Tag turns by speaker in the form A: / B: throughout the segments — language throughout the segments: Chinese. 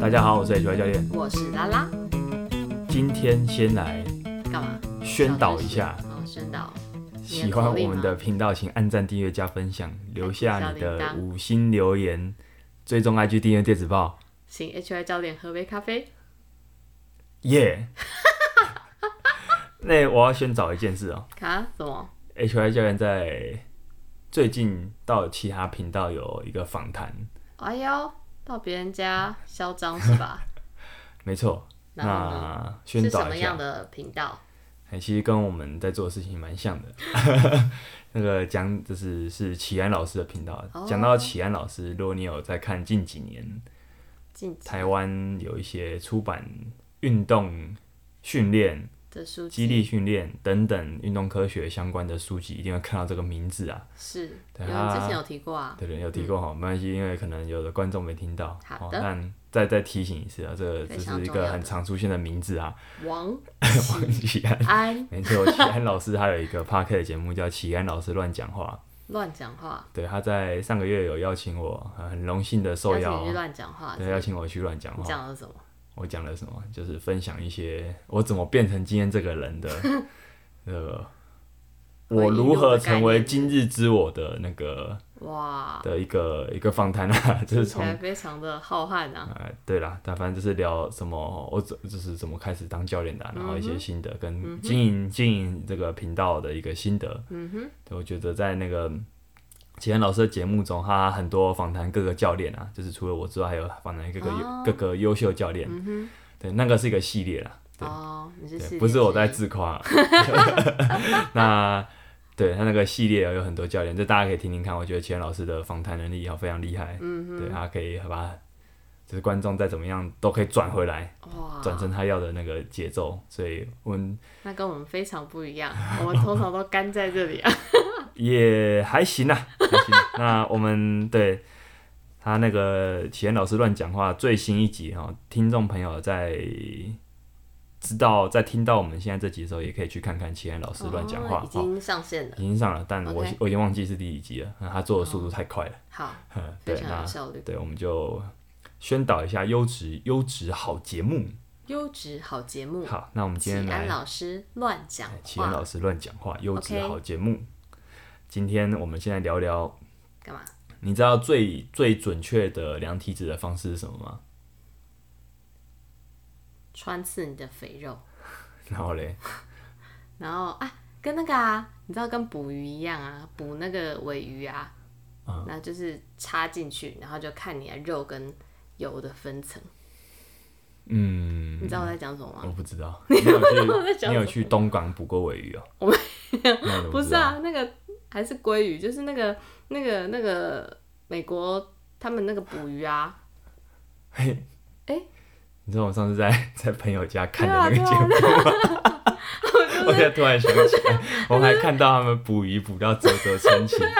A: 大家好，我是 H Y 教练，
B: 我是拉拉，
A: 今天先来
B: 干嘛？
A: 宣导一下，
B: 哦，宣导，你的
A: 喜欢
B: 口令
A: 我们
B: 吗
A: 的频道，请按赞、订阅、加分享，留下你
B: 小铃
A: 的
B: 铛
A: 五星留言，追踪 IG 订阅电子报，
B: 请 H I 教练喝杯咖啡。
A: 耶、 那我要先找一件事哦
B: 卡什么？
A: ，H Y 教练在最近到其他频道有一个访谈，
B: 哎呦，到别人家嚣张是 吧？
A: 没错，
B: 然后呢？
A: 那宣
B: 是什
A: 导
B: 么
A: 一下
B: 样。的频道？
A: 哎，其实跟我们在做的事情蛮像的。 那个讲就是是启安老师的频道啊
B: 哦，
A: 讲、到启安老师，如果你有在看近几年
B: 近期
A: 台湾有一些出版运动训练、
B: 的书
A: 激
B: 籍
A: 励训练等等运动科学相关的书籍，一定会看到这个名字啊。
B: 是，有
A: 对
B: 人之前
A: 啊
B: 有提过啊。
A: 对对，有提过哈，没关系，因为可能有的观众没听到，
B: 好
A: 哦
B: 的
A: 但再再提醒一次啊，这个
B: 非
A: 这
B: 常
A: 是一
B: 重要
A: 个很
B: 的
A: 常出现的名字啊，
B: 王
A: 启安。
B: 安
A: 没错，齐安老师他有一个 p a r k 的节目叫《齐安老师乱讲话
B: 乱 讲话》，，
A: 对，他在上个月有邀请我，呃很荣幸的受
B: 邀请
A: 邀
B: 你去，乱讲话，
A: 对，邀请我去乱讲
B: 你
A: 话。
B: 讲了什么？
A: 我讲了什么？就是分享一些我怎么变成今天这个人的， 呃，
B: 回忆
A: 我如
B: 录的
A: 何
B: 概
A: 成为
B: 念
A: 今日之我的那个
B: 哇，
A: 的一个一个访谈啊， 就是
B: 听起
A: 从
B: 来非常的浩瀚啊。
A: 呃，对啦，但反正就是聊什么，我怎就是怎么开始当教练的啊、然后一些心得跟经营、经营这个频道的一个心得。嗯哼，对，我觉得在那个启安老师的节目中，他很多访谈各个教练啊，就是除了我之外，还有访谈各个、
B: 哦
A: 各个优秀教练。嗯哼，对，那个是一个系列啦，对
B: 哦，你是
A: 对，
B: 世
A: 不
B: 界
A: 是我在
B: 之一
A: 自夸 啊、那对他那个系列有很多教练，这大家可以听听看。我觉得启安老师的访谈能力也非常厉害。
B: 嗯
A: 对，他可以把就是观众再怎么样都可以转回来，
B: 哼，哇，
A: 转成他要的那个节奏。所以我们
B: 那跟我们非常不一样，我们通常都干在这里啊。
A: 也还行啦，还行 啦。那我们对他那个启言老师乱讲话最新一集哈、哦，听众朋友在。知道在听到我们现在这集的时候，也可以去看看启言老师乱讲话
B: 哦已，
A: 哦
B: 经上线了
A: 已。经上了，但我
B: OK
A: 我已经忘记是第几集了。那他做的速度太快了，
B: 好，
A: 嗯
B: 非
A: 对，
B: 常
A: 那
B: 有效率，
A: 对我们就宣导一下优质优质好节目。
B: 优质好节目。
A: 好，那我们今天
B: 启嗯安
A: 来
B: 老师乱讲
A: 启言
B: 话
A: 老，师乱讲话，优质
B: OK
A: 好节目。今天我们先来聊聊，
B: 干嘛？
A: 你知道最最准确的量体脂的方式是什么吗？
B: 穿刺你的肥肉，
A: 然后嘞，
B: 然后啊，跟那个啊，你知道跟捕鱼一样啊，捕那个尾鱼啊，
A: 嗯
B: 然后就是插进去，然后就看你的肉跟油的分层。
A: 嗯，
B: 你知道我在讲什么吗？
A: 我不知 道，你有
B: 在
A: 去
B: 讲
A: 你有
B: 什么
A: 去东港捕过尾鱼哦？我没有，
B: 不是，啊，那个还是鲑鱼，就是那个那个那个美国他们那个捕鱼啊，
A: 嘿，
B: 哎
A: 你知道我上次在 在朋友家看
B: 对
A: 的
B: 啊
A: 那个
B: 对
A: 节
B: 啊
A: 目，我现在突然想 起来，我还看到他们捕鱼捕到啧啧称奇，
B: 啊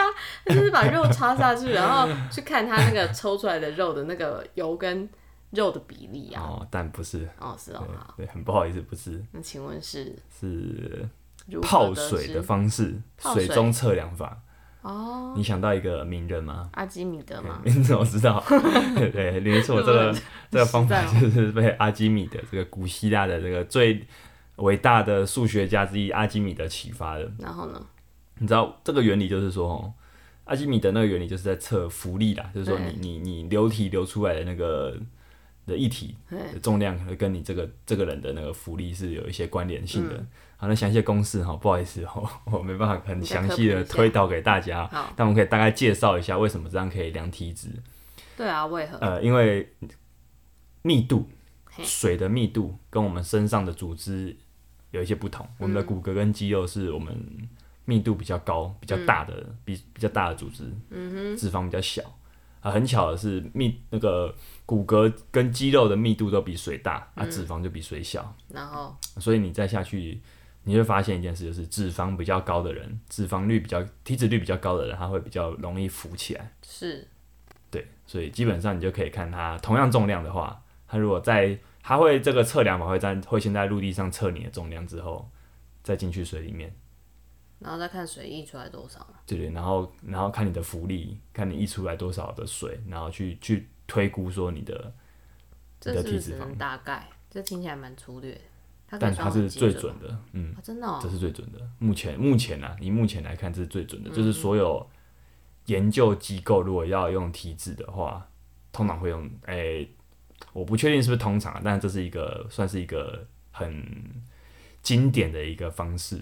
B: 他 就是把肉插下去，然后去看他那个抽出来的肉的那个油跟肉的比例啊。
A: 哦，但不是，
B: 哦，是哦，好，
A: 对，很不好意思，不是，
B: 那请问是
A: 是
B: 如何
A: 泡
B: 得
A: 水
B: 知
A: 的方式，
B: 泡
A: 水
B: 水
A: 中测量法。
B: 哦，
A: 你想到一个名人吗？
B: 阿基米德吗？
A: 你怎么知道？对，没错，这 个这个方法就是被阿基米德这个古希腊的这个最伟大的数学家之一阿基米德启发的。
B: 然后呢？
A: 你知道这个原理就是说，哦，阿基米德那个原理就是在测浮力啦，就是说你
B: 对
A: 你你流体流出来的那个的液体
B: 对，
A: 的重量可能跟你这个这个人的那个浮力是有一些关联性的。好，那详细的公式哈，不好意思哦， 我没办法很详细的
B: 嗯你再科普一下
A: 推导给大家
B: 好，
A: 但我们可以大概介绍一下为什么这样可以量体脂。
B: 对啊，为何？
A: 呃，因为密度，
B: 嘿
A: 水的密度跟我们身上的组织有一些不同，我们的骨骼跟肌肉是我们密度比较高、比较大的、比比较大的组织，嗯哼，脂肪比较小。啊，很巧的是，密那个骨骼跟肌肉的密度都比水大，啊，脂肪就比水小，
B: 然后
A: 所以你再下去，你会发现一件事，就是脂肪比较高的人，脂肪率比较、体脂率比较高的人，他会比较容易浮起来。
B: 是
A: 对，所以基本上你就可以看它同样重量的话，它如果在它会这个测量法会在会先在陆地上测你的重量之后，再进去水里面，
B: 然后再看水溢出来多少。
A: 对对，然后然后看你的浮力，看你溢出来多少的水，然后去去推估说你的你
B: 这
A: 的
B: 是不
A: 体
B: 是
A: 脂
B: 只
A: 肪，
B: 能大概？这听起来蛮粗略的。它可以
A: 但
B: 算
A: 它是
B: 很
A: 最
B: 精
A: 准的，嗯，
B: 哦，真的哦
A: 这。是最准的。目前目前啊，以目前来看，这是最准的，就是所有研究机构如果要用体脂的话，通常会用，哎、我不确定是不是通常啊，但这是一个算是一个很经典的一个方式。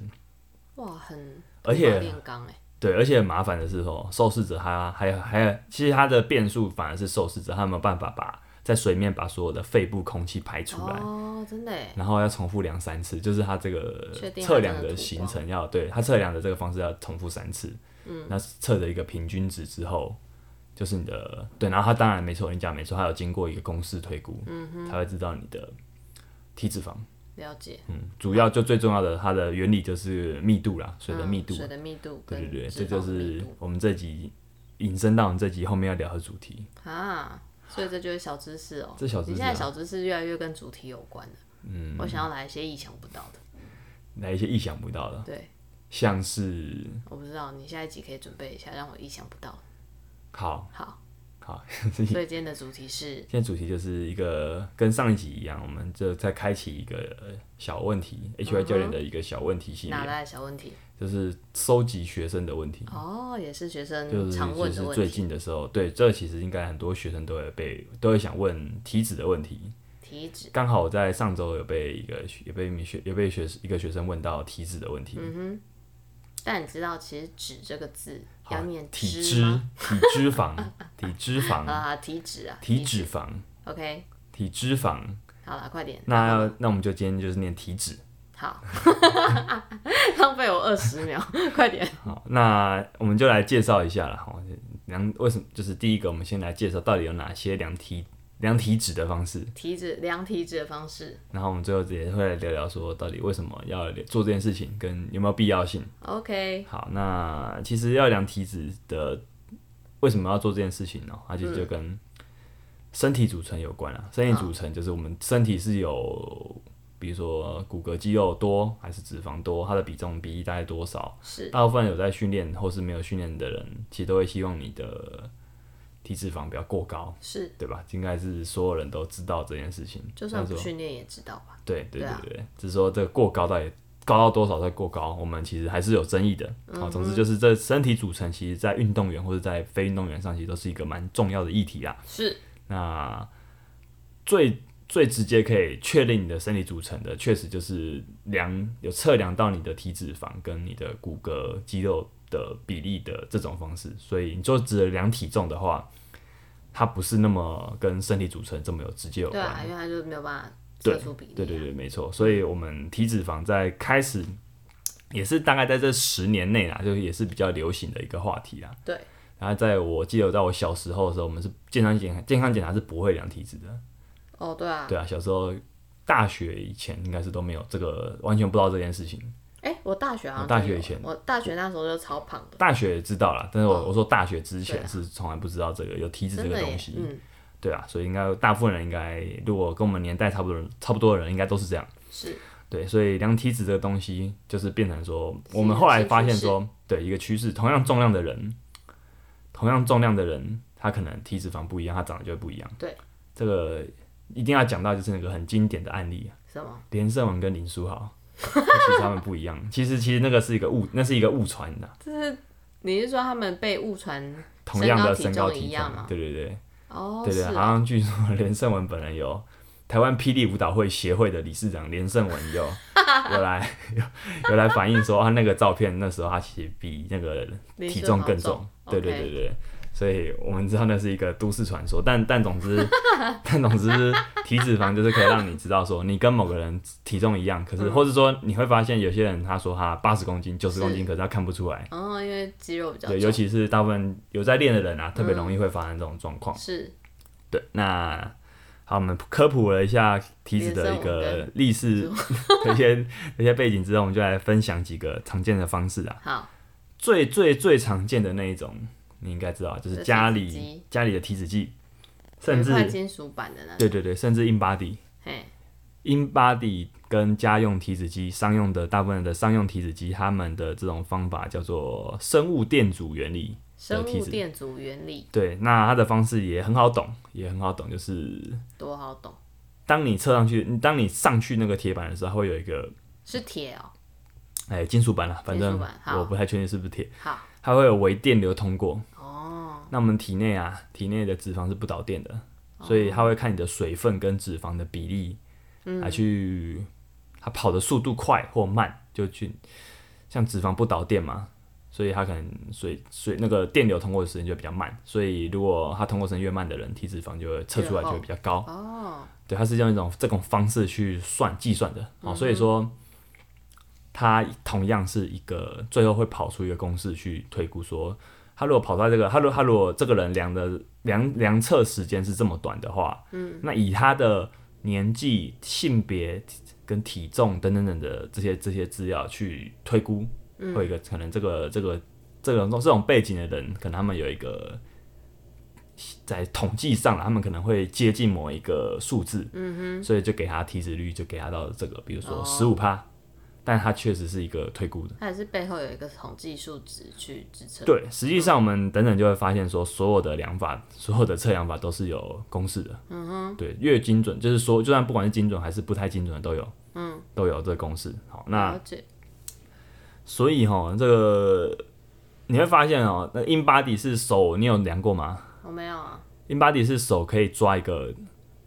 B: 哇，很
A: 而且
B: 很炼钢哎，
A: 对，而且麻烦的是哦，受试者他还有还有，其实他的变数反而是受试者他有没有办法把在水面把所有的肺部空气排出来，
B: 哦，真的哎，
A: 然后要重复量三次，就是他这个
B: 确定他
A: 测量
B: 真的
A: 的
B: 吐
A: 行
B: 光
A: 程要对他测量的这个方式要重复三次，嗯，那测的一个平均值之后，就是你的对，然后他当然没错，你讲没错，他有经过一个公式推估，嗯才会知道你的体脂肪，
B: 了解。
A: 嗯，主要就最重要的它的原理就是密度啦，水的密度，啊
B: 嗯水的密度
A: 对
B: 跟
A: 对对，
B: 脂
A: 这就
B: 肪的密
A: 是
B: 度
A: 我们这集引申到我们这集后面要聊的主题。
B: 啊，所以这就是小知识哦。
A: 这小知识啊
B: 你现在小知识越来越跟主题有关了。嗯，我想要来一些意想不到的。
A: 来一些意想不到的，
B: 对，
A: 像是
B: 我不知道，你下一集可以准备一下，让我意想不到。
A: 好
B: 好，
A: 好，
B: 所以今天的主题是
A: 现在主题就是一个跟上一集一样，我们就再开启一个呃小问题，HY 教练的一个小问题系列，
B: 嗯哪来的小问题？
A: 就是收集学生的问题，
B: 哦，也是学
A: 就
B: 生
A: 是
B: 常
A: 就
B: 问的
A: 是
B: 问
A: 最
B: 题，
A: 近的时候，对，这其实应该很多学生都会被都会想问体脂的问题。
B: 体脂。
A: 刚好我在上周有被一个学也被一名学也被学一个学生问到体脂的问题，
B: 嗯但你知道，其实“脂”这个字
A: 好
B: 要念“
A: 体
B: 脂”吗？
A: 体脂肪、体 脂肪、
B: 啊，体脂啊，
A: 嗯体脂肪、
B: OK，
A: 体脂肪。
B: 好了，快点。
A: 那要那我们就今天就是念体脂。
B: 好，浪费我二十秒，快点。
A: 好，那我们就来介绍一下了哈。量为什么就是第一个，我们先来介绍到底有哪些量体量体脂的方式，
B: 体脂量体脂的方式
A: 然后我们最后也会来聊聊说到底为什么要做这件事情，跟有没有必要性。
B: ，OK，
A: 好，那其实要量体脂的，为什么要做这件事情呢？它
B: 嗯
A: 其实就跟身体组成有关啊。身体组成就是我们身体是有，比如说骨骼肌肉多还是脂肪多，它的比重比例大概多少。
B: 是
A: 大部分有在训练或是没有训练的人，其实都会希望你的体脂肪不要过高，
B: 是，
A: 对吧？应该是所有人都知道这件事情。
B: 就
A: 但
B: 算
A: 是
B: 不训练也知道吧？
A: 对对
B: 对啊
A: 对对，只是说这个过高到底高到多少再过高，我们其实还是有争议的。
B: 嗯
A: 好、总之就是这身体组成，其实在运动员或者在非运动员上，其实都是一个蛮重要的议题啦。
B: 是
A: 那最最直接可以确定你的身体组成的，确实就是量有测量到你的体脂肪跟你的骨骼肌肉的比例的这种方式。所以你就只能量体重的话，它不是那么跟身体组成这么有直接有
B: 对
A: 关。
B: 啊，因为他就没有办法
A: 对
B: 测出比例、啊
A: 对对对，没错。所以我们体脂肪在开始也是大概在这十年内啦，就也是比较流行的一个话题啦。
B: 对
A: 然后在我记得在我小时候的时候，我们是健康检健康检查是不会量体脂的。
B: 哦，对啊，
A: 对啊，小时候大学以前应该是都没有这个，完全不知道这件事情。
B: 哎、我大学好
A: 哦
B: 像
A: 我大
B: 就
A: 学
B: 有
A: 以前
B: 我大学那时候就超胖的，
A: 大学知道了，但是我、
B: 哦
A: 我说大学之
B: 对
A: 前
B: 啊
A: 是从来不知道这个有体脂这
B: 真
A: 个
B: 的
A: 东
B: 耶，
A: 西，
B: 嗯，
A: 对啊，所以应该大部分人应该如果跟我们年代差不多人差不多的人应该都是这样。
B: 是
A: 对，所以量体脂这个东西就是变成说，
B: 是
A: 我们后来
B: 是
A: 发现
B: 趋势
A: 说，对一个趋势，同样重量的人，同样重量的人，他可能体脂肪不一样，他长得就会不一样。
B: 对，
A: 这个一定要讲到就是那个很经典的案例，啊
B: 什么？
A: 连胜文跟林书豪， 其实他们不一样。其实其实那个是一个误，那是一个误传的，
B: 这是你是说他们被误传？
A: 同样的身
B: 身
A: 高
B: 高体重
A: 体
B: 一样吗
A: 对对对、
B: 哦，
A: 对对，
B: 是
A: 好
B: 啊，
A: 像据说连胜文本人有。台湾霹雳舞蹈会协会的理事长连胜文有 有来有有来反映说，他啊那个照片那时候他啊其实比那个
B: 林
A: 体
B: 书
A: 重
B: 豪
A: 更
B: 重
A: 重，，对对
B: OK
A: 对对，所以我们知道那是一个都市传说，但但总之 但总之体脂肪就是可以让你知道说你跟某个人体重一样，可
B: 嗯
A: 是、或者说你会发现有些人他说他八十公斤九十公斤，可是他看不出来，
B: 哦，因为肌肉比较
A: 对，
B: 重，
A: 尤其是大部分有在练的人啊，特
B: 嗯
A: 别容易会发生这种状况。
B: 是
A: 对，那好，我们科普了一下体脂的一个历史的一 些一些背景之后，我们就来分享几个常见的方式啊。
B: 好
A: 最最最常见的那一种，你应该知道，就是
B: 就
A: 家
B: 体脂
A: 里
B: 机
A: 家里的体脂计，甚
B: 有一块
A: 至
B: 金属板的那种，
A: 对对对，甚至 InBody。
B: 嘿，
A: InBody 跟家用体脂机、商用的大部分的商用体脂机，他们的这种方法叫做生物电阻原理。
B: 生
A: 体
B: 物
A: 脂
B: 电阻原理
A: 对，那它的方式也很好懂，也很好懂，就是
B: 多好懂，
A: 当你测上去，你当你上去那个铁板的时候，它会有一个
B: 是铁哦、
A: 哎金属板啦，反
B: 金
A: 正
B: 属板好
A: 我不太确定是不是铁，
B: 好
A: 它会有微电流通过。
B: 哦，
A: 那我们体内啊，体内的脂肪是不导电的，
B: 哦
A: 所以它会看你的水分跟脂肪的比例，来去它跑的速度快或慢，就去像脂肪不导电嘛，所以它可能水水那个电流通过的时间就比较慢，所以如果它通过时间越慢的人，体脂肪就会测出来就会比较高。
B: 哦，
A: 对，它是用一种这种方式去算计算的哦，所以说它同样是一个最后会跑出一个公式去推估说，他如果跑到这个，他如他如果这个人量的量量测时间是这么短的话，嗯，那以他的年纪、性别跟体重等等等的这些这些资料去推估，会有一个可能这个这个这个这种背景的人，可能他们有一个在统计上啦，他们可能会接近某一个数字，嗯哼，哦所以就给他体脂率，就给他到这个，比如说十五趴，但它确实是一个推估的。
B: 它也是背后有一个统计数值去支撑。
A: 对，实际上我们等等就会发现说，所有的量法，所有的测量法都是有公式的。嗯哼，对，越精准，就是说，就算不管是精准还是不太精准的都有，嗯，都有这个公式。好，那
B: 了解，
A: 所以哈，这个你会发现哦，那 InBody 是手，你有量过吗
B: 我没有啊，
A: ？InBody 是手可以抓一个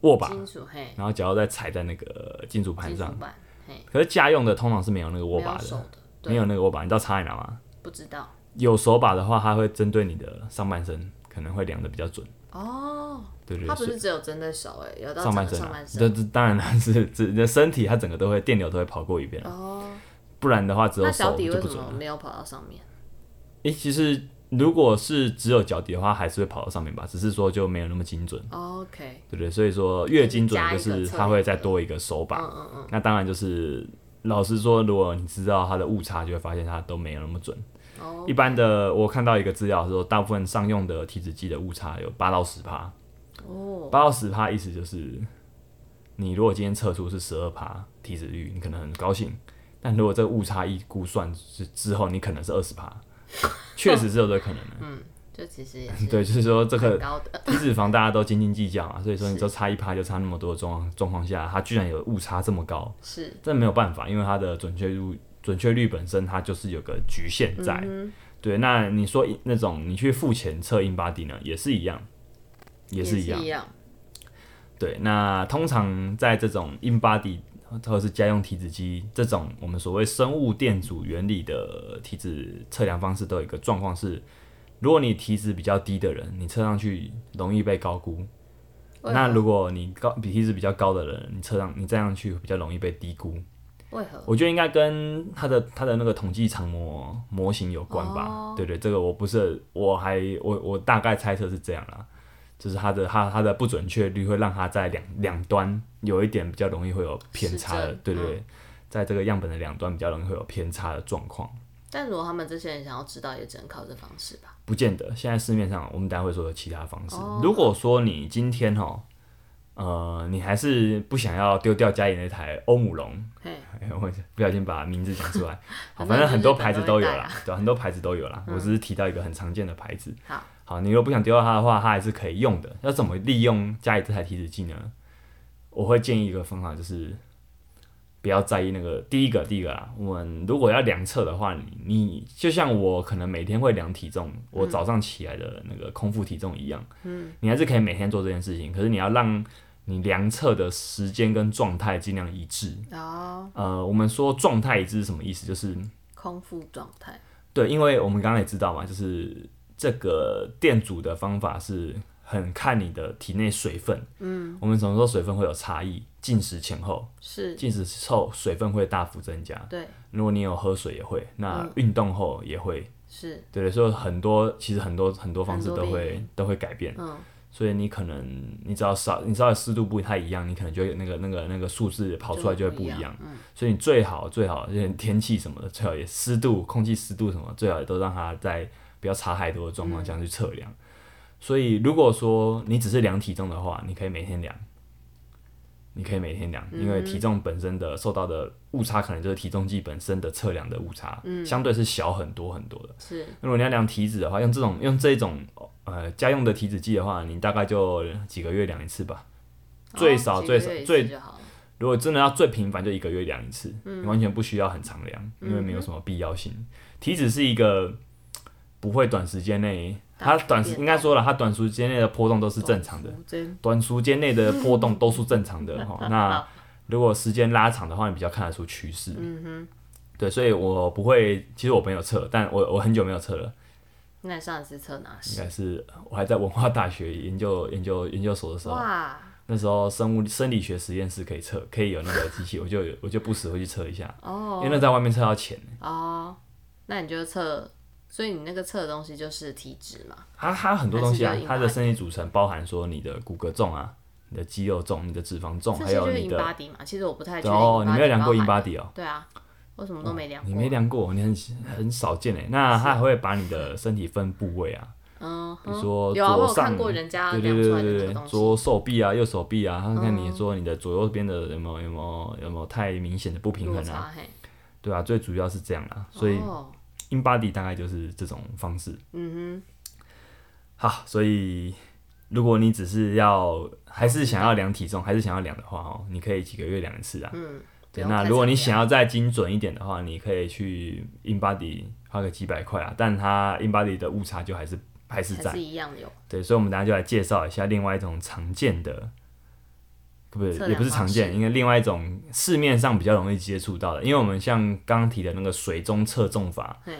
A: 握把，
B: 金属嘿，
A: 然后脚要再踩在那个金属盘
B: 金属
A: 上。
B: 板嘿，
A: 可是家用的通常是没有那个握
B: 没
A: 把
B: 有手
A: 的，
B: 的，
A: 没
B: 对，
A: 有那个握把，你知道差在哪吗？
B: 不知道
A: 有手把的话，它会针对你的上半身，可能会量的比较准。
B: 哦，
A: 对对
B: 它
A: 对，是
B: 不是只有针对手哎，有到
A: 上
B: 整
A: 半
B: 个
A: 身
B: 上
A: 啊
B: 半，
A: 这
B: 身
A: 这当然了，是这你的身体它整个都会电流都会跑过一遍，啊
B: 哦，
A: 不然的话只有
B: 那小
A: 手
B: 底
A: 就
B: 为
A: 不
B: 什
A: 准
B: 么
A: 了。
B: 没有跑到上面？
A: 诶、其实如果是只有脚底的话，还是会跑到上面吧，只是说就没有那么精准，
B: OK，
A: 对不对？所以说越精准
B: 加一
A: 就
B: 个
A: 是
B: 侧
A: 它会
B: 面
A: 再
B: 的
A: 多一个手把，
B: 嗯嗯嗯，
A: 那当然就是老实说，如果你知道它的误差，就会发现它都没有那么准。
B: 哦
A: 一般的，我看到一个资料说，大部分商用的体脂计的误差有八到十趴，
B: 哦，
A: 八到十趴意思就是，你如果今天测出是十二趴体脂率，你可能很高兴；但如果这个误差一估算之之后，你可能是二十趴，确实是有这个可能的。
B: 就其实也是
A: 对，就是说这 个
B: 很哦高的，
A: 体脂肪大家都斤斤计较啊，所以说你
B: 是
A: 就差一趴就差那么多的状况状况下，它居然有误差这么高，
B: 是
A: 这没有办法，因为它的准确率准确率本身它就是有个局限在。对，那你说那种你去付钱测 InBody 呢，也是一样，也是一样。对，那通常在这种 InBody 或者是家用体脂机这种我们所谓生物电阻原理的体脂测量方式，都有一个状况是，如果你体脂比较低的人，你测上去容易被高估。
B: 为
A: 那
B: 何
A: 如果你高比体脂比较高的人，你测上你站上去比较容易被低估。
B: 为何？
A: 我觉得应该跟它的它的那个统计长模模型有关吧。
B: 哦
A: 对对，这个我不是，我还我我大概猜测是这样啦，就是它的它它的不准确率会让它在两两端有一点比较容易会有偏差的
B: 失，真
A: 对对对，在这个样本的两端比较容易会有偏差的状况。
B: 但如果他们这些人想要知道，也只能靠这方式吧。
A: 不见得，现在市面上我们待会说有其他方式。
B: 哦
A: 如果说你今天哦，呃，你还是不想要丢掉家里那台欧姆龙，
B: 嘿，
A: 哎，我不小心把名字讲出来， 好，
B: 反正
A: 反正很多
B: 日本
A: 牌子
B: 都
A: 都
B: 会
A: 有
B: 带
A: 啦，对，很多牌子都有啦。我只是提到一个很常见的牌子。
B: 好，
A: 好，你如果不想丢掉它的话，它还是可以用的。要怎么利用家里这台体脂计呢？我会建议一个方法，就是不要在意那个第一个，第一个啦。我们如果要量测的话，你你就像我可能每天会量体重，我早上起来的那个空腹体重一样，嗯，你还是可以每天做这件事情，可是你要让你量测的时间跟状态尽量一致，
B: 哦，
A: 呃，我们说状态一致是什么意思？就是
B: 空腹状态，
A: 对，因为我们刚刚也知道嘛，就是这个电阻的方法是很看你的体内水分。嗯，我们什么时候水分会有差异？进食前后，
B: 是
A: 进食后水分会大幅增加。
B: 对，
A: 如果你有喝水也会，
B: 嗯
A: 那运动后也会。
B: 是
A: 对对，所以很多其实很多很多方式
B: 很多
A: 都
B: 变
A: 会都会改变。
B: 嗯，
A: 所以你可能你只要少你稍微湿度不太一样，你可能就会那个那个那个数字跑出来就会不一样。嗯所以你最好最好，就是天气什么的，最好也湿度、空气湿度什么，最好都让它在不要差太多的状况下去测量。所以如果说你只是量体重的话，你可以每天量，你可以每天量，因为体重本身的受到的误差，可能就是体重计本身的测量的误差，相对是小很多很多的。
B: 是
A: 如果你要量体脂的话，用这种用这种呃家用的体脂计的话，你大概就几个月量一次吧。最少
B: 哦几
A: 最
B: 个
A: 少
B: 月一次
A: 最，
B: 就好嗯了。
A: 如果真的要最频繁，就一个月量一次，你完全不需要很常量，因
B: 嗯
A: 为没有什么必要性。体脂是一个不会短时间内，它
B: 大幅
A: 短时
B: 变
A: 应该说了，它短时间内的波动都是正常的，
B: 哦真
A: 短时间内的波动都是正常 的哈。那如果时间拉长的话，你比较看得出趋势。嗯哼，对，所以我不会，其实我没有测，但我我很久没有测了，
B: 那你上一次测哪
A: 应
B: 是？
A: 该是呃我还在文化大学研究 研究研究所的时候，
B: 哇，
A: 那时候生物生理学实验室可以测，可以有那个机器，我 就有我就不时会去测一下，因为
B: 哦
A: 那在外面测要钱。
B: 哦，那你就测，所以你那个测的东西就是体脂嘛。
A: 它它很多东西啊
B: 还是就，是
A: 它的身体组成包含说你的骨骼重啊、你的肌肉重、你的脂肪重，
B: 这
A: 哦还
B: 些
A: 有
B: 就是
A: 你
B: in
A: 的
B: body 嘛，其实我不太确
A: 对
B: 定。
A: 哦，你没有量过 in
B: body？
A: body 哦，
B: 对啊，我什么都没量过。
A: 你没量过，你很很少见诶。那它还会把你的身体分部位啊，
B: 嗯
A: 比如
B: 哼，
A: 说
B: 有啊，我
A: 左
B: 有
A: 上
B: 看，过人家
A: 对对
B: 量出来
A: 对
B: 的
A: 对
B: 那个
A: 对
B: 东，西。嗯
A: 左手臂啊、右手臂啊，它看你说你的左右边的有没有有没有有没有太明显的不平
B: 落
A: 衡啊，
B: 差嘿，
A: 对啊，最主要是这样啦，所以
B: 哦
A: in body 大概就是这种方式。
B: 嗯
A: 好，所以如果你只是要还是想要量体重，还是想要量的话哦，你可以几个月量一次啊。
B: 嗯
A: 对，
B: 不用
A: 那
B: 太
A: 如果你
B: 常量
A: 想要再精准一点的话，你可以去 in body 花个几百块啊，但它 in body 的误差就还是还是
B: 哼，
A: 在
B: 还。是一样有
A: 对，所以我们等一下就来介绍一下另外一种常见的，不
B: 测
A: 是
B: 量
A: 也不是常
B: 方
A: 见，应该另外一种市面上比较容易接触到的，因为我们像刚刚提的那个水中测重法，
B: 嘿，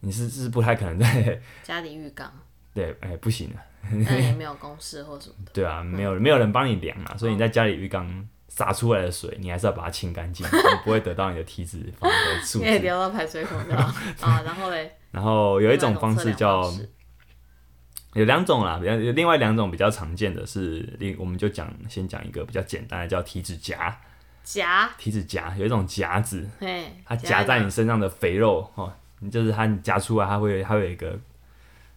A: 你是是不太可能在
B: 家里浴缸，
A: 对，哎、不行啊，
B: 但也没有公式或什么的。
A: 对啊，没有没有人帮你量啊，所以你在家里浴缸洒出来的水，你还是要把它清干净，你不会得到你的体脂肪的 数
B: 你也
A: 值。
B: 流到排水孔 对吧？啊，然后嘞，
A: 然后有一种
B: 另外
A: 方
B: 测
A: 式
B: 量
A: 叫
B: 方式
A: 有两种啦，比较有另外两种比较常见的是，另我们就讲先讲一个比较简单的叫体脂夹，
B: 夹，
A: 体脂夹有一种夹子，
B: 嘿，
A: 它啊夹在
B: 哪
A: 你身上的肥肉哦，你就是它你夹出来，它会它会有一个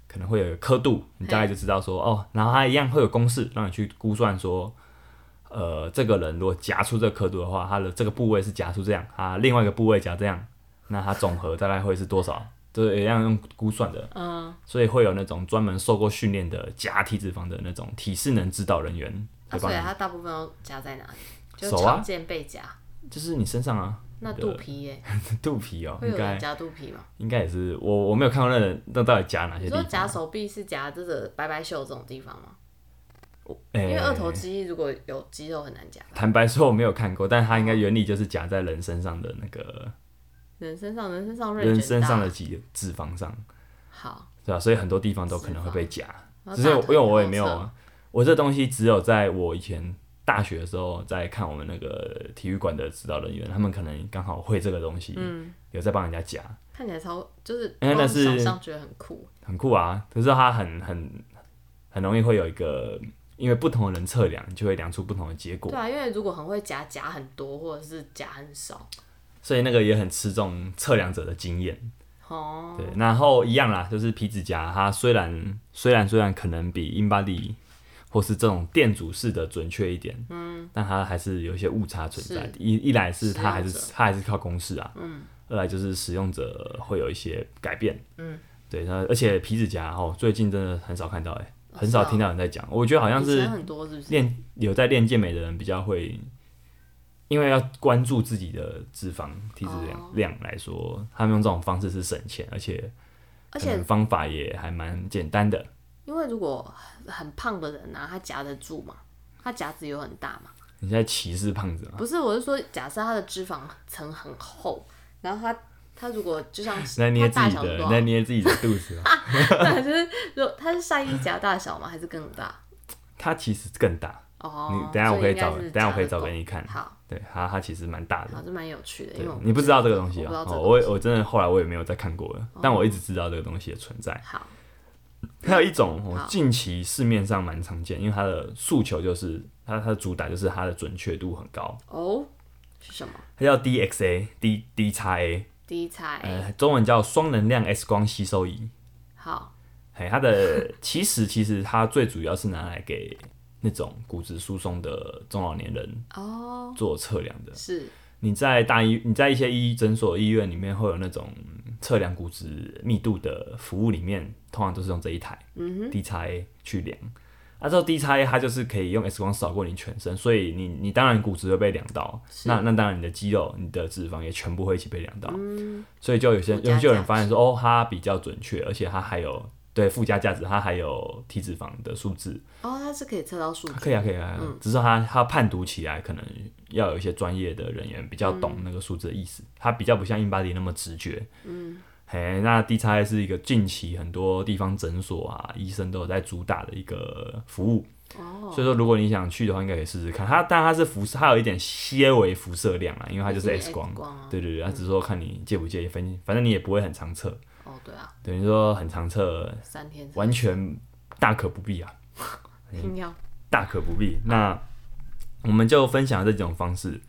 A: 可能会有一个刻度，你大概就知道说哦，然后它一样会有公式让你去估算说，呃，这个人如果夹出这个刻度的话，它的这个部位是夹出这样，它另外一个部位夹这样，那它总和大概会是多少？ 就是一样用估算的，
B: 嗯，
A: 所以会有那种专门受过训练的夹体脂肪的那种体适能指导人员，会
B: 啊，
A: 帮
B: 所以
A: 你，
B: 它大部分都夹在哪里？就
A: 手啊
B: 常见被夹。
A: 就是你身上啊，
B: 那肚皮耶、
A: 肚皮哦，
B: 会有
A: 应
B: 人
A: 该
B: 夹肚皮吗？
A: 应该也是我我没有看过那人那到底夹哪些
B: 你
A: 地方
B: 说。夹手臂是夹这个白白袖这种地方吗？
A: 因哎
B: 因为二头肌如果有肌肉很难夹，
A: 坦白说我没有看过，但它应该原理就是夹在人身上的那个
B: 人身上人身上瑞
A: 人身上
B: 的
A: 的肌脂肪上，
B: 好，
A: 对吧、所以很多地方都可能会被夹。
B: 然后
A: 只是我
B: 哦大
A: 因
B: 腿
A: 为我也
B: 后
A: 没有
B: 侧
A: 啊，我这东西只有在我以前大学的时候在看我们那个体育馆的指导人员，他们可能刚好会这个东西，
B: 嗯
A: 有在帮人家夹，
B: 看起来超就是
A: 因为那
B: 光
A: 是
B: 想象觉得很酷，
A: 很酷啊。可是它很很很容易会有一个，因为不同的人测量，就会量出不同的结果
B: 对。啊，因为如果很会夹夹很多或者是夹很少，
A: 所以那个也很吃重测量者的经验。
B: 哦，
A: 对，然后一样啦，就是皮指甲，它虽然虽然虽然可能比 InBody 或是这种电阻式的准确一点，嗯，但它还是有一些误差存在
B: 是。
A: 一一来是它
B: 使
A: 还
B: 用
A: 是它还是靠公式啊，嗯，二来就是使用者会有一些改变，
B: 嗯，
A: 对，那而且皮指甲哦，最近真的很少看到、欸，
B: 哦
A: 很少
B: 是哦
A: 听到人在讲，我觉得好像
B: 以
A: 是嗯
B: 前很多是不是？
A: 练有在练健美的人比较会，因为要关注自己的脂肪体脂量、
B: 哦
A: 量来说，他们用这种方式是省钱，而且可
B: 而且
A: 能方法也还蛮简单的。
B: 因为如果很很胖的人啊，他夹得住嘛，他夹子有很大嘛。
A: 你现在歧视胖子吗？
B: 不是，我是说，假设它的脂肪层很厚，然后它它如果就像
A: 那捏
B: 它
A: 自
B: 大
A: 己
B: 小是
A: 的，
B: 多
A: 那
B: 少？
A: 捏自己的肚子 啊，
B: 如果它是晒衣夹大小吗？还是更 大？
A: 它其实更大。
B: 哦，
A: 你等一下我可
B: 所
A: 以
B: 应该
A: 找，等
B: 是
A: 一下我可以
B: 夹得
A: 找
B: 够
A: 给你看。
B: 好，
A: 对，它它其实蛮大的。
B: 好，这蛮有趣的，因
A: 对
B: 为我，
A: 你不知道这个东西
B: 我
A: 啊
B: 不知道？这个
A: 哦，
B: 东
A: 我也
B: 西哦
A: 我真的后来我也没有再看过了，但我一直知道这个东西的存在。
B: 好，
A: 还有一种，我
B: 好
A: 近期市面上蛮常见，因为它的诉求就是它它的主打就是它的准确度很高，
B: 哦，是什么？
A: 它叫 DXA D D x A，
B: 低菜、
A: 呃，中文叫双能量 X 光吸收仪。
B: 好，
A: 嘿，它的其实其实它最主要是拿来给那种骨质疏松的中老年人
B: 哦，
A: 做测量的。
B: 是
A: 你在大医你在一些医诊所、医院里面会有那种测量骨质密度的服务，里面通常都是用这一台，嗯哼，D 叉 A 去量。那之后 D 叉 A 它就是可以用 X 光扫过你全身，所以你你当然骨质会被量到，那那当然你的肌肉、你的脂肪也全部会一起被量到，所以就有些
B: 嗯附加价
A: 人
B: 值
A: 就有人发现说，哦，它比较准确，而且它还有对附加价值，它还有体脂肪的数字，
B: 哦，它是可以测到数
A: 啊
B: 据，
A: 可以啊，可以啊，只是他他判读起来可能要有一些专业的人员比较懂那个数字的意思，它比较不像 InBody 那么直觉。嗯，嘿，那 D 叉 I 是一个近期很多地方诊所啊、医生都有在主打的一个服务，
B: 哦，
A: 所以说如果你想去的话，应该可以试试看。它但它是辐射，它有一点些微辐射量啊，因为它就是 X 光。嗯
B: 啊，
A: 对对对，它只是说看你介不介意分，反正你也不会很常测，
B: 哦，对啊，
A: 等于说很常测，
B: 三天
A: 完全大可不必啊。
B: 硬要
A: 大可不必。那我们就分享这几种方式。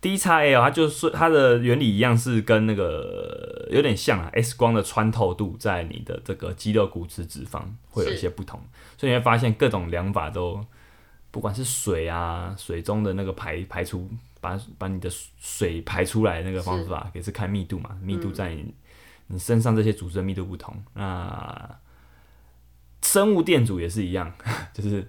A: D 叉 L 它就是它的原理一样是跟那个有点像啊，X 光的穿透度在你的这个肌肉、骨质、脂肪会有一些不同，所以你会发现各种量法都，不管是水啊，水中的那个排排出，把把你的水排出来那个方法，也是看密度嘛，密度在你、你身上这些组织的密度不同。那生物电阻也是一样， 就是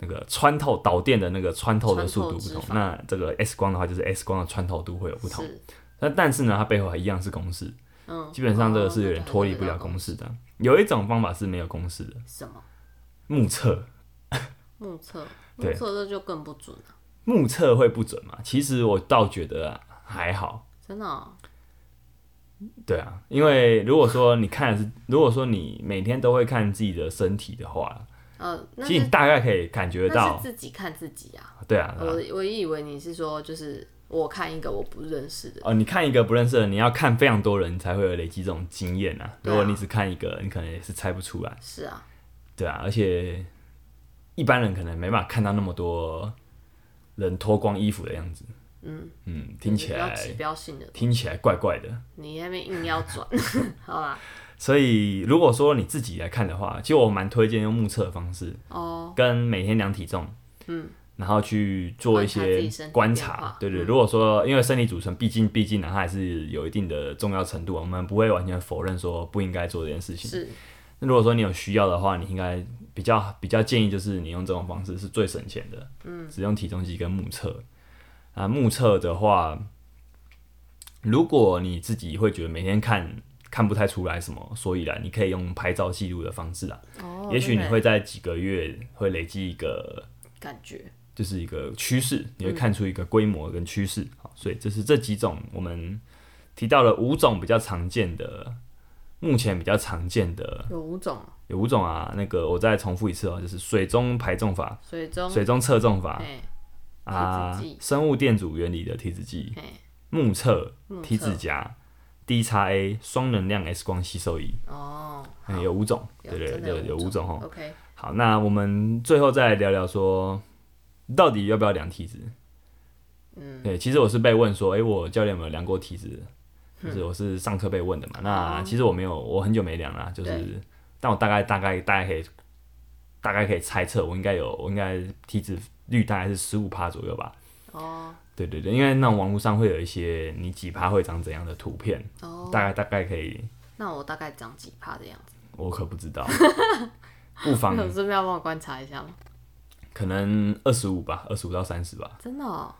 A: 那个穿透导电的那个穿透的速度不
B: 穿透
A: 同
B: 之。法
A: 那这个 X 光的话，就是 X 光的穿透度会有不同。
B: 是，
A: 那但是呢，它背后还一样是公式，
B: 嗯，
A: 基本上这个是有
B: 哦
A: 点
B: 那就
A: 脱离
B: 还
A: 不
B: 是
A: 了
B: 要
A: 公式的。有一种方法是没有公式的，
B: 什么
A: 目测。
B: 目测，目
A: 对
B: 测这就更不准了，
A: 目测会不准嘛？其实我倒觉得、啊、还好，
B: 真的哦，
A: 对啊，因为如果说你看的是，如果说你每天都会看自己的身体的话，
B: 呃，那
A: 其实
B: 是
A: 你大概可以感觉
B: 那是
A: 到，
B: 自己看自己啊，
A: 对啊，
B: 我
A: 对啊
B: 我以为你是说就是我看一个我不认识的，
A: 哦，你看一个不认识的人，你要看非常多人你才会有累积这种经验啊。
B: 对
A: 如
B: 啊
A: 果你只看一个，你可能也是猜不出来，
B: 是啊，
A: 对啊，而且一般人可能没办法看到那么多人脱光衣服的样子。嗯嗯，听起
B: 比
A: 来
B: 较指标性的，
A: 听起来怪怪的。
B: 你那边硬 要转， 好啦，
A: 所以如果说你自己来看的话，其实我蛮推荐用目测的方式，
B: 哦，
A: 跟每天量体重，嗯，然后去做一
B: 观察自
A: 些
B: 己身体
A: 观
B: 变
A: 察
B: 化，嗯
A: 对对。如果说因为生理组成，毕竟毕竟呢，它还是有一定的重要程度，我们不会完全否认说不应该做这件事情。
B: 是
A: 那如果说你有需要的话，你应该比较比较建议就是你用这种方式是最省钱的，嗯，只用体重机跟目测。啊，目测的话，如果你自己会觉得每天看看不太出来什么，所以啦，你可以用拍照记录的方式啊，
B: 哦，
A: 也许你
B: 真的
A: 会在几个月会累积一个
B: 感觉
A: 就是一个趋势，你
B: 嗯
A: 会看出一个规模跟趋势。好，所以这是这几种我们提到了五种比较常见的，目前比较常见的
B: 有五种，
A: 有五种啊。那个我再重复一次哦，就是水中排重法、
B: 水中，
A: 水中测重法
B: 哎
A: 啊
B: 哦体脂计、
A: 生物电阻原理的体脂计、
B: 哎，
A: 目测
B: 目、测
A: 体脂夹、D 叉 A 双能量 X 光吸收仪，
B: 哦，
A: 嗯有五种，
B: 有
A: 对对
B: 真的
A: 对，
B: 有
A: 有
B: 五
A: 五种哦。
B: ，OK，
A: 好，那我们最后再来聊聊说，到底要不要量体脂？嗯，对，其实我是被问说，诶，我教练有没有量过体脂？
B: 嗯
A: 就是我是上课被问的嘛。那其实我没有，我很久没量啦，就是
B: 哦对，
A: 但我大概大概大概可以，大概可以猜测，我应该有，我应该体脂率大概是十五趴左右吧。
B: 哦
A: 对对对，因为那种网络上会有一些你几趴会长怎样的图片，
B: 哦，
A: 大概大概可以，
B: 那我大概长几趴的样子，
A: 我可不知道，不妨
B: 有顺便要帮我观察一下吗？
A: 可能二十五吧，二十五到三十吧。
B: 真的哦，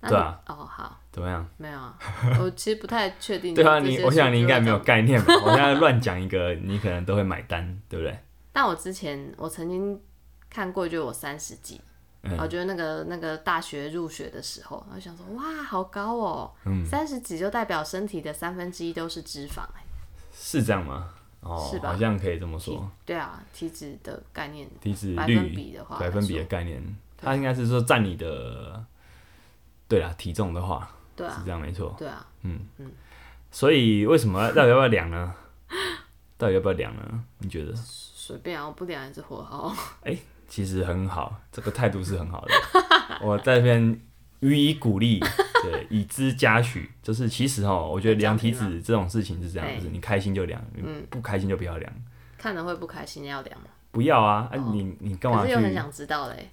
B: 那
A: 对啊
B: 你，哦好，
A: 怎么样？
B: 没有 啊，我其实不太确定，
A: 对啊，你我想你应该没有。概念吧？我现在乱讲一个，你可能都会买单，对不对？
B: 但我之前我曾经看过，就我三十几，
A: 嗯
B: 我觉得那个那个大学入学的时候，我就想说哇，好高哦，
A: 嗯
B: 三十、几就代表身体的三分之一都是脂肪、哎
A: 是这样吗？哦，
B: 是吧
A: 好像可以这么
B: 体
A: 说。
B: 对啊，体脂的概念，
A: 体脂率
B: 百分比的话啊
A: 百分比的概念，它应该是说占你的，对啦，体重的话
B: 对啊
A: 是，这样没错。
B: 对啊，
A: 所以为什么要到底要不要量呢？ 到底要不要量呢？你觉得？
B: 随便啊，我不量也是活好。
A: 其实很好，这个态度是很好的， 我在这边予以鼓励，对，以资嘉许。就是其实哦，我觉得量体脂这种事情是这样，
B: 对嗯
A: 就是你开心就量，你不开心就不要量，
B: 看了会不开心，要量吗？
A: 不要啊，啊你你干嘛
B: 哦可是又很
A: 去？
B: 想知道嘞，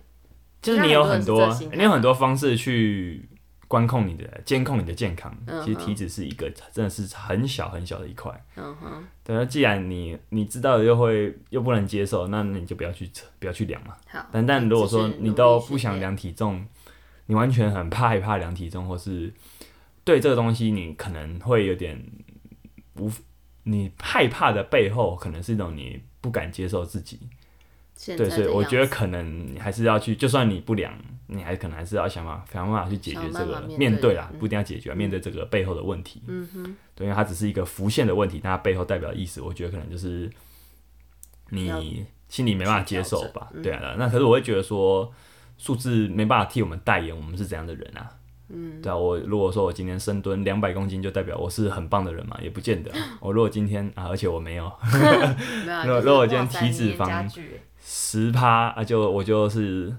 A: 就是你有
B: 很
A: 很
B: 多人
A: 多
B: 是这心，态
A: 你有很多方式去观控你的、监控你的健康。其实体脂是一个真的是很小很小的一块。
B: 嗯哼，
A: 对，那既然你你知道了又会又不能接受，那你就不要去测不要去量嘛。
B: 好。
A: 但但如果
B: 就
A: 说
B: 是
A: 你
B: 努
A: 都
B: 力
A: 不
B: 训
A: 想
B: 练
A: 量体重，你完全很怕害怕量体重，或是对这个东西你可能会有点无，你害怕的背后可能是一种你不敢接受自己。
B: 现在
A: 对，
B: 的
A: 所以我
B: 样
A: 觉得
B: 子
A: 可能你还是要去，就算你不良，你还可能还是要想办法想办法去解决
B: 想
A: 这
B: 办
A: 个
B: 法面
A: 面
B: 对
A: 对啦，
B: 嗯
A: 不一定要解决，啊面对这个背后的问题。嗯哼，对，因为它只是一个浮现的问题，但它背后代表的意思，我觉得可能就是
B: 要
A: 你心里没办法接受
B: 去调嗯
A: 吧。对啊，那可是我会觉得说，数字没办法替我们代言我们是怎样的人啊。嗯，对啊，我如果说我今天深蹲两百公斤，就代表我是很棒的人嘛，也不见得啊、我如果今天啊，而且我没有，
B: 没有啊，
A: 如果
B: 就是
A: 如果
B: 哇
A: 今天
B: 塞
A: 体
B: 你
A: 脂
B: 也加
A: 肪
B: 剧
A: 十趴啊，就我就是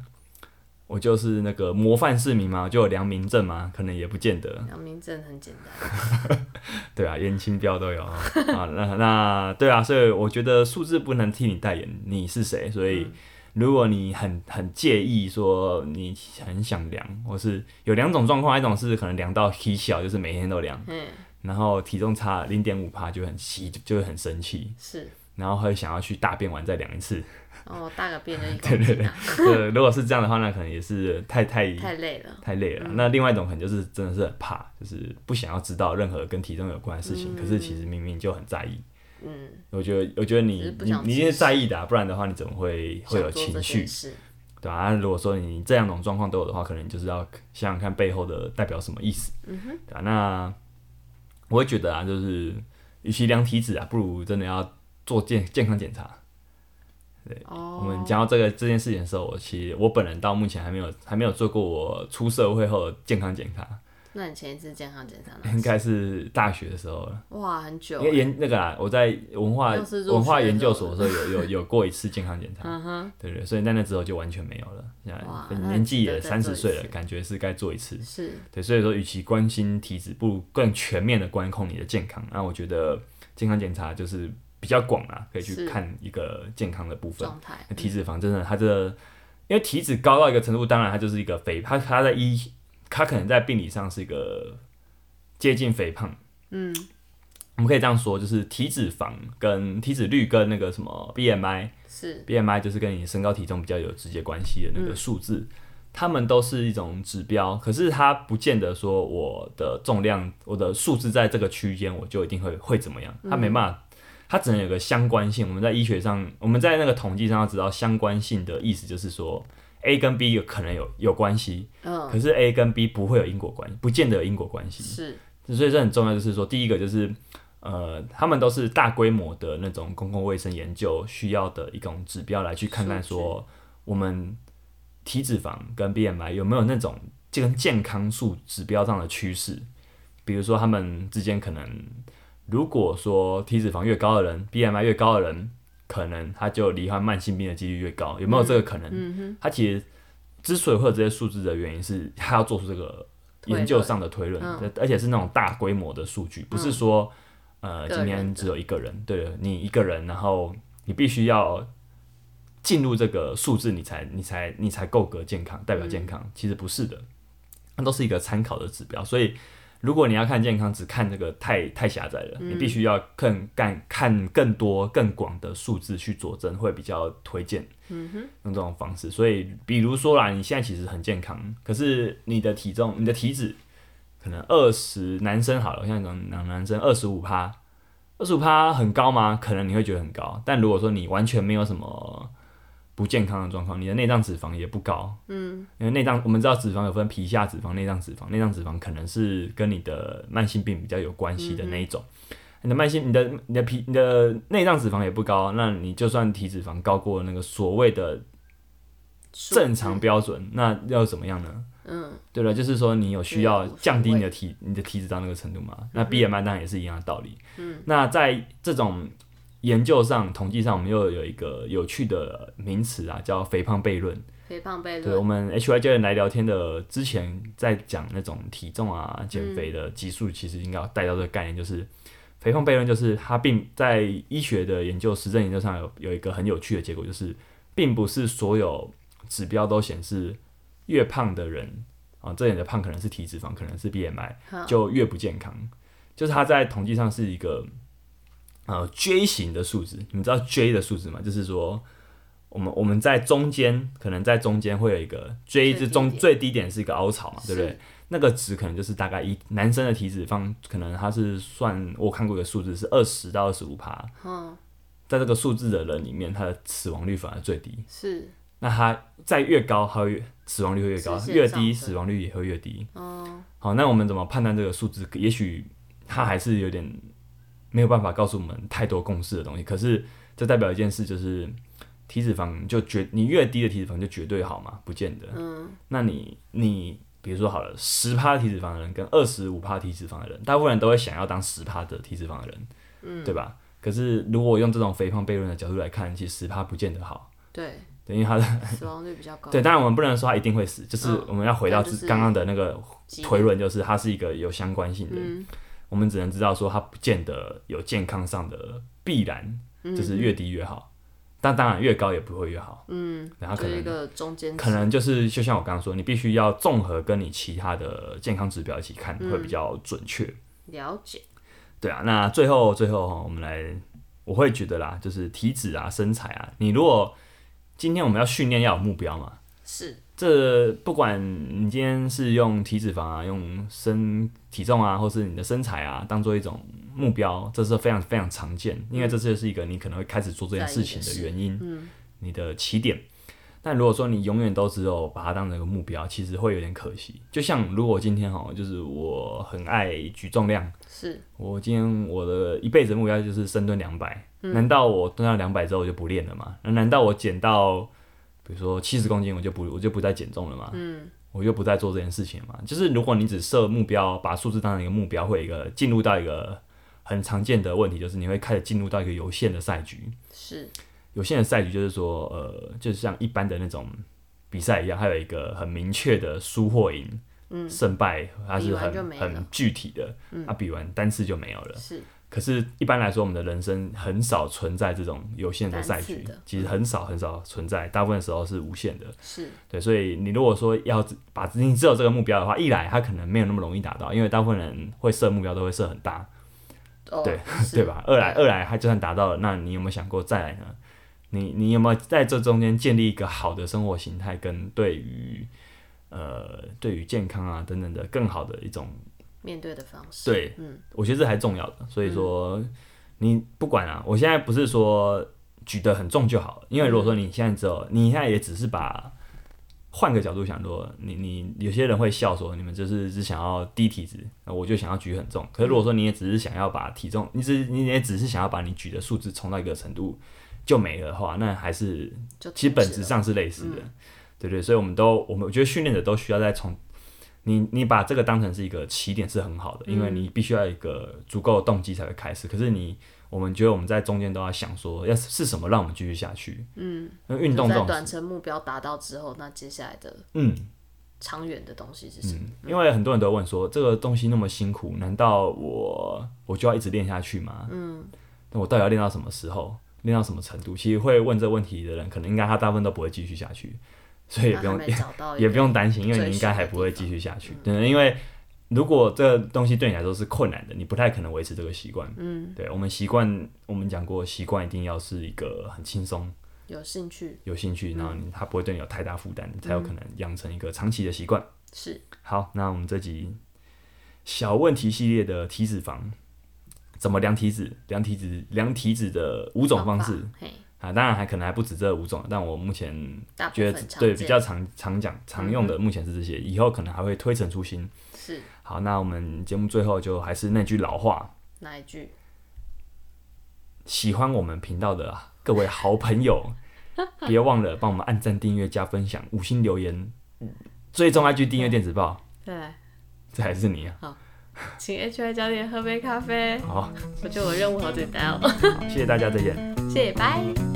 A: 我就是那个模范市民嘛，就有良民证嘛，可能也不见得，
B: 阳明症很简单，
A: 对啊，严清标都有啊，那那对啊，所以我觉得数字不能替你代言你是谁，所以如果你很很介意说你很想量，或是有两种状况，一种是可能量到很小，就是每天都量，
B: 嗯，
A: 然后体重差零点五趴就很气，就会很生气，
B: 是，
A: 然后会想要去大便完再量一次。
B: 然后大个便就一
A: 对
B: 公
A: 对
B: 斤
A: 对
B: 啊，，
A: 对如果是这样的话，那可能也是太太
B: 太累了，
A: 太累
B: 嗯
A: 了。那另外一种可能就是真的是很怕，就是不想要知道任何跟体重有关的事情，可是其实明明就很在意。
B: 嗯，
A: 我觉得，我觉得
B: 只是
A: 你
B: 不
A: 你
B: 想
A: 你一
B: 直
A: 定是
B: 视
A: 在意的、啊，不然的话你怎么会会有
B: 想做这
A: 情
B: 件
A: 绪？
B: 事，
A: 对啊，那如果说你这两种状况都有的话，可能你就是要想想看背后的代表什么意思。嗯哼，对啊，那我会觉得啊，就是与其量体脂啊，不如真的要做健健康检查。
B: 哦，
A: 我们讲到这个这件事情的时候，我其实我本人到目前还没有还没有做过我出社会后的健康检查，
B: 那你前一次健康检查
A: 应
B: 呢？
A: 该是大学的时候了。
B: 哇，很久
A: 因为
B: 欸，
A: 研那个啦，我在文化
B: 又是入学
A: 文化研究所的时候有有有过一次健康检查，
B: 嗯哼，
A: 对对，所以在那之后就完全没有了。现
B: 哇
A: 在
B: 那
A: 年纪也
B: 值得再
A: 三十岁了
B: 做一，次
A: 感觉是该做一次。
B: 是，
A: 对，所以说，与其关心体脂，不如更全面的观控你的健康。那我觉得健康检查就是比较广啊，可以去
B: 是
A: 看一个健康的部分。
B: 状态，
A: 体脂肪真的，它这因为体脂高到一个程度，当然它就是一个肥，它它在一，它可能在病理上是一个接近肥胖。
B: 嗯，
A: 我们可以这样说，就是体脂肪跟体脂率跟那个什么 BMI，BMI
B: 是，
A: 就是跟你身高体重比较有直接关系的那个数字，它们都是一种指标，可是它不见得说我的重量、我的数字在这个区间，我就一定会会怎么样，它没办法。它只能有个相关性。我们在医学上，我们在那个统计上要知道相关性的意思，就是说 A 跟 B 有可能有有关系，
B: 嗯，
A: 可是 A 跟 B 不会有因果关系，不见得有因果关系。
B: 是，
A: 所以这很重要，就是说，第一个就是，呃，他们都是大规模的那种公共卫生研究需要的一种指标来去看看
B: 数据
A: 说我们体脂肪跟 BMI 有没有那种这跟健康数指标上的趋势，比如说他们之间可能，如果说体脂肪越高的人，BMI 越高的人，可能他就罹患慢性病的几率越高，有没有这个可能？
B: 嗯哼，
A: 他其实之所以会有这些数字的原因是，他要做出这个
B: 推论
A: 研究上的推论，
B: 嗯
A: 而且是那种大规模的数据，不是说、呃
B: 个
A: 今
B: 人
A: 天
B: 的
A: 只有一个人，对你一个人，然后你必须要进入这个数字，你才你才你才够格健康，代表健康，其实不是的，那都是一个参考的指标，所以。如果你要看健康，只看这个太太狭窄了，你必须要更干看更多更广的数字去佐证，会比较推荐。用这种方式。所以，比如说啦，你现在其实很健康，可是你的体重、你的体脂可能二十，男生好了，我现在讲讲男生二十五趴，二十五趴很高吗？可能你会觉得很高，但如果说你完全没有什么不健康的状况，你的内脏脂肪也不高，嗯，因为内脏我们知道脂肪有分皮下脂肪、内脏脂肪，内脏脂肪可能是跟你的慢性病比较有关系的那一种。你的慢性、你的、你的皮、你的内脏脂肪也不高，那你就算体脂肪高过那个所谓的
B: 数
A: 正常标准，那要怎么样呢？
B: 嗯，
A: 对了，就是说你有需
B: 嗯
A: 要
B: 无所谓嗯
A: 降低你的体你的体脂到那个程度嘛？那 BMI 当然也是一样的道理。嗯，那在这种研究上、统计上，我们又有一个有趣的名词啊，叫肥胖悖论。
B: 肥胖悖
A: 对我
B: 论，
A: 们 HY 教练来聊天的之前，在讲那种体重啊、减肥的级数，其实应该要带到这个概念，就是肥胖悖论，就是它并在医学的研究、实证研究上有有一个很有趣的结果，就是并不是所有指标都显示越胖的人啊，这里的胖可能是体脂肪，可能是 BMI，
B: 好
A: 就越不健康。就是它在统计上是一个呃 J 型的数值，你们知道 J 的数值吗？就是说我们我们在中间，可能在中间会有一个 J
B: 最
A: 之
B: 低
A: 中
B: 点
A: 最低点是一个凹槽嘛，对不
B: 是
A: 对？那个值可能就是大概一男生的体脂肪，可能它是算我看过一个数字是二十到二十五趴，
B: 嗯，
A: 在这个数字的人里面，他的死亡率反而最低。
B: 是，
A: 那它在越高，它会越死亡率会越高
B: 直，线
A: 越
B: 上
A: 低
B: 升
A: 死亡率也会越低。
B: 嗯，
A: 好，那我们怎么判断这个数字？也许它还是有点没有办法告诉我们太多共识的东西。可是这代表一件事，就是体脂肪就绝你越低的体脂肪就绝对好吗？不见得。嗯。那你你比如说好了，十趴体脂肪的人跟二十五趴体脂肪的人，大部分人都会想要当十趴的体脂肪的人，嗯，对吧？可是如果用这种肥胖悖论的角度来看，其实十趴不见得好，
B: 对，
A: 对，因为它的
B: 死亡率比较高。
A: 对，当然我们不能说他一定会死，就是
B: 嗯
A: 我们要回到
B: 但就是
A: 刚刚的那个
B: 基因嗯
A: 推论，就是它是一个有相关性的。我们只能知道说它不见得有健康上的必然，
B: 嗯
A: 就是越低越好。但当然越高也不会越好。嗯，然后可
B: 就是一
A: 能
B: 个中间值
A: 可能就是就像我刚刚说，你必须要综合跟你其他的健康指标一起看，
B: 嗯
A: 会比较准确。
B: 了解，
A: 对啊，那最后最后哈，我们来，我会觉得啦，就是体脂啊、身材啊，你如果今天我们要训练要有目标嘛，
B: 是
A: 这不管你今天是用体脂肪啊、用身体重啊，或是你的身材啊，当做一种目标，这是非常非常常见，因为这就是一个你可能会开始做这件事情的原因，你的起点。但如果说你永远都只有把它当成一个目标，其实会有点可惜。就像如果今天哦，就是我很爱举重量，
B: 是，
A: 我今天我的一辈子目标就是深蹲两百、
B: 嗯
A: 难道我蹲到两百之后我就不练了吗？那难道我减到比如说七十公斤我就不我就不再减重了吗？嗯，我就不再做这件事情了吗？就是如果你只设目标，把数字当成一个目标，会有一个进入到一个很常见的问题，就是你会开始进入到一个有限的赛局。
B: 是
A: 有限的赛局就是说，呃，就是像一般的那种比赛一样，它有一个很明确的输或赢。嗯，胜败它
B: 比
A: 是
B: 完
A: 很
B: 就没了
A: 很具体的，嗯、啊，比完单次就没有了。
B: 是，
A: 可是，一般来说，我们的人生很少存在这种有限的赛
B: 单
A: 局
B: 次的，
A: 其实很少很少存在，大部分时候是无限的。
B: 是
A: 对，所以你如果说要把你只有这个目标的话，一来它可能没有那么容易达到，因为大部分人会设目标都会设很大，
B: 哦，
A: 对
B: 是
A: 对吧？二来二来，它就算达到了，那你有没有想过再来呢？你你有没有在这中间建立一个好的生活形态，跟对于呃对于健康啊等等的更好的一种
B: 面对的方式，
A: 对，我觉得这还重要的。所以说，你不管啊，我现在不是说举得很重就好，因为如果说你现在只有，你现在也只是把换个角度想说，你你有些人会笑说，你们就是只想要低体脂，那我就想要举很重。可是如果说你也只是想要把体重，你只你也只是想要把你举的数字冲到一个程度就没了的话，那还是
B: 就
A: 其实
B: 停
A: 本
B: 止
A: 质
B: 了嗯
A: 上是类似的，对对，所以我们都我们我觉得训练者都需要再从你你把这个当成是一个起点是很好的，因为
B: 嗯
A: 你必须要有一个足够的动机才会开始。可是你我们觉得我们在中间都要想说，要是是什么让我们继续下去？嗯，因为运动这
B: 就在
A: 种
B: 短程目标达到之后，那接下来的
A: 嗯，
B: 长远的东西是什么？
A: 因为很多人都会问说，这个东西那么辛苦，难道我我就要一直练下去吗？嗯，那我到底要练到什么时候？练到什么程度？其实会问这问题的人，可能应该他大部分都不会继续下去，所以嗯也
B: 啊那
A: 不
B: 还
A: 用
B: 没找到一个，
A: 也不用担心，因为
B: 追
A: 你应
B: 寻
A: 该
B: 的
A: 还
B: 地
A: 不会
B: 方
A: 继续下去。对，因为如果这个东西对你来说是困难的，你不太可能维持这个习惯。嗯，对我们习惯，我们讲过，习惯一定要是一个很轻松、
B: 有兴趣
A: 有兴趣，然后
B: 嗯
A: 你它不会对你有太大负担，你才有可能养成一个长期的习惯。
B: 是
A: 好，那我们这集小问题系列的体脂肪。怎么量体脂？量体脂，量体脂的五种方式
B: 法，嘿，
A: 啊，当然还可能还不止这五种，但我目前
B: 大部
A: 觉
B: 分
A: 得
B: 常
A: 对
B: 见嗯
A: 比较常常讲常用的，目前是这些，以后可能还会推陈出新。
B: 是
A: 好，那我们节目最后就还是那句老话，
B: 哪一句？
A: 喜欢我们频道的啊各位好朋友，别忘了帮我们按赞、订阅、加分享、五星留言，追踪 IG 订阅电子报，
B: 对，
A: 这还是你啊！
B: 请 H Y 教练喝杯咖啡。
A: 好，
B: 我觉得我任务好简单哦，
A: 好谢谢大家，再见。
B: 谢谢，拜。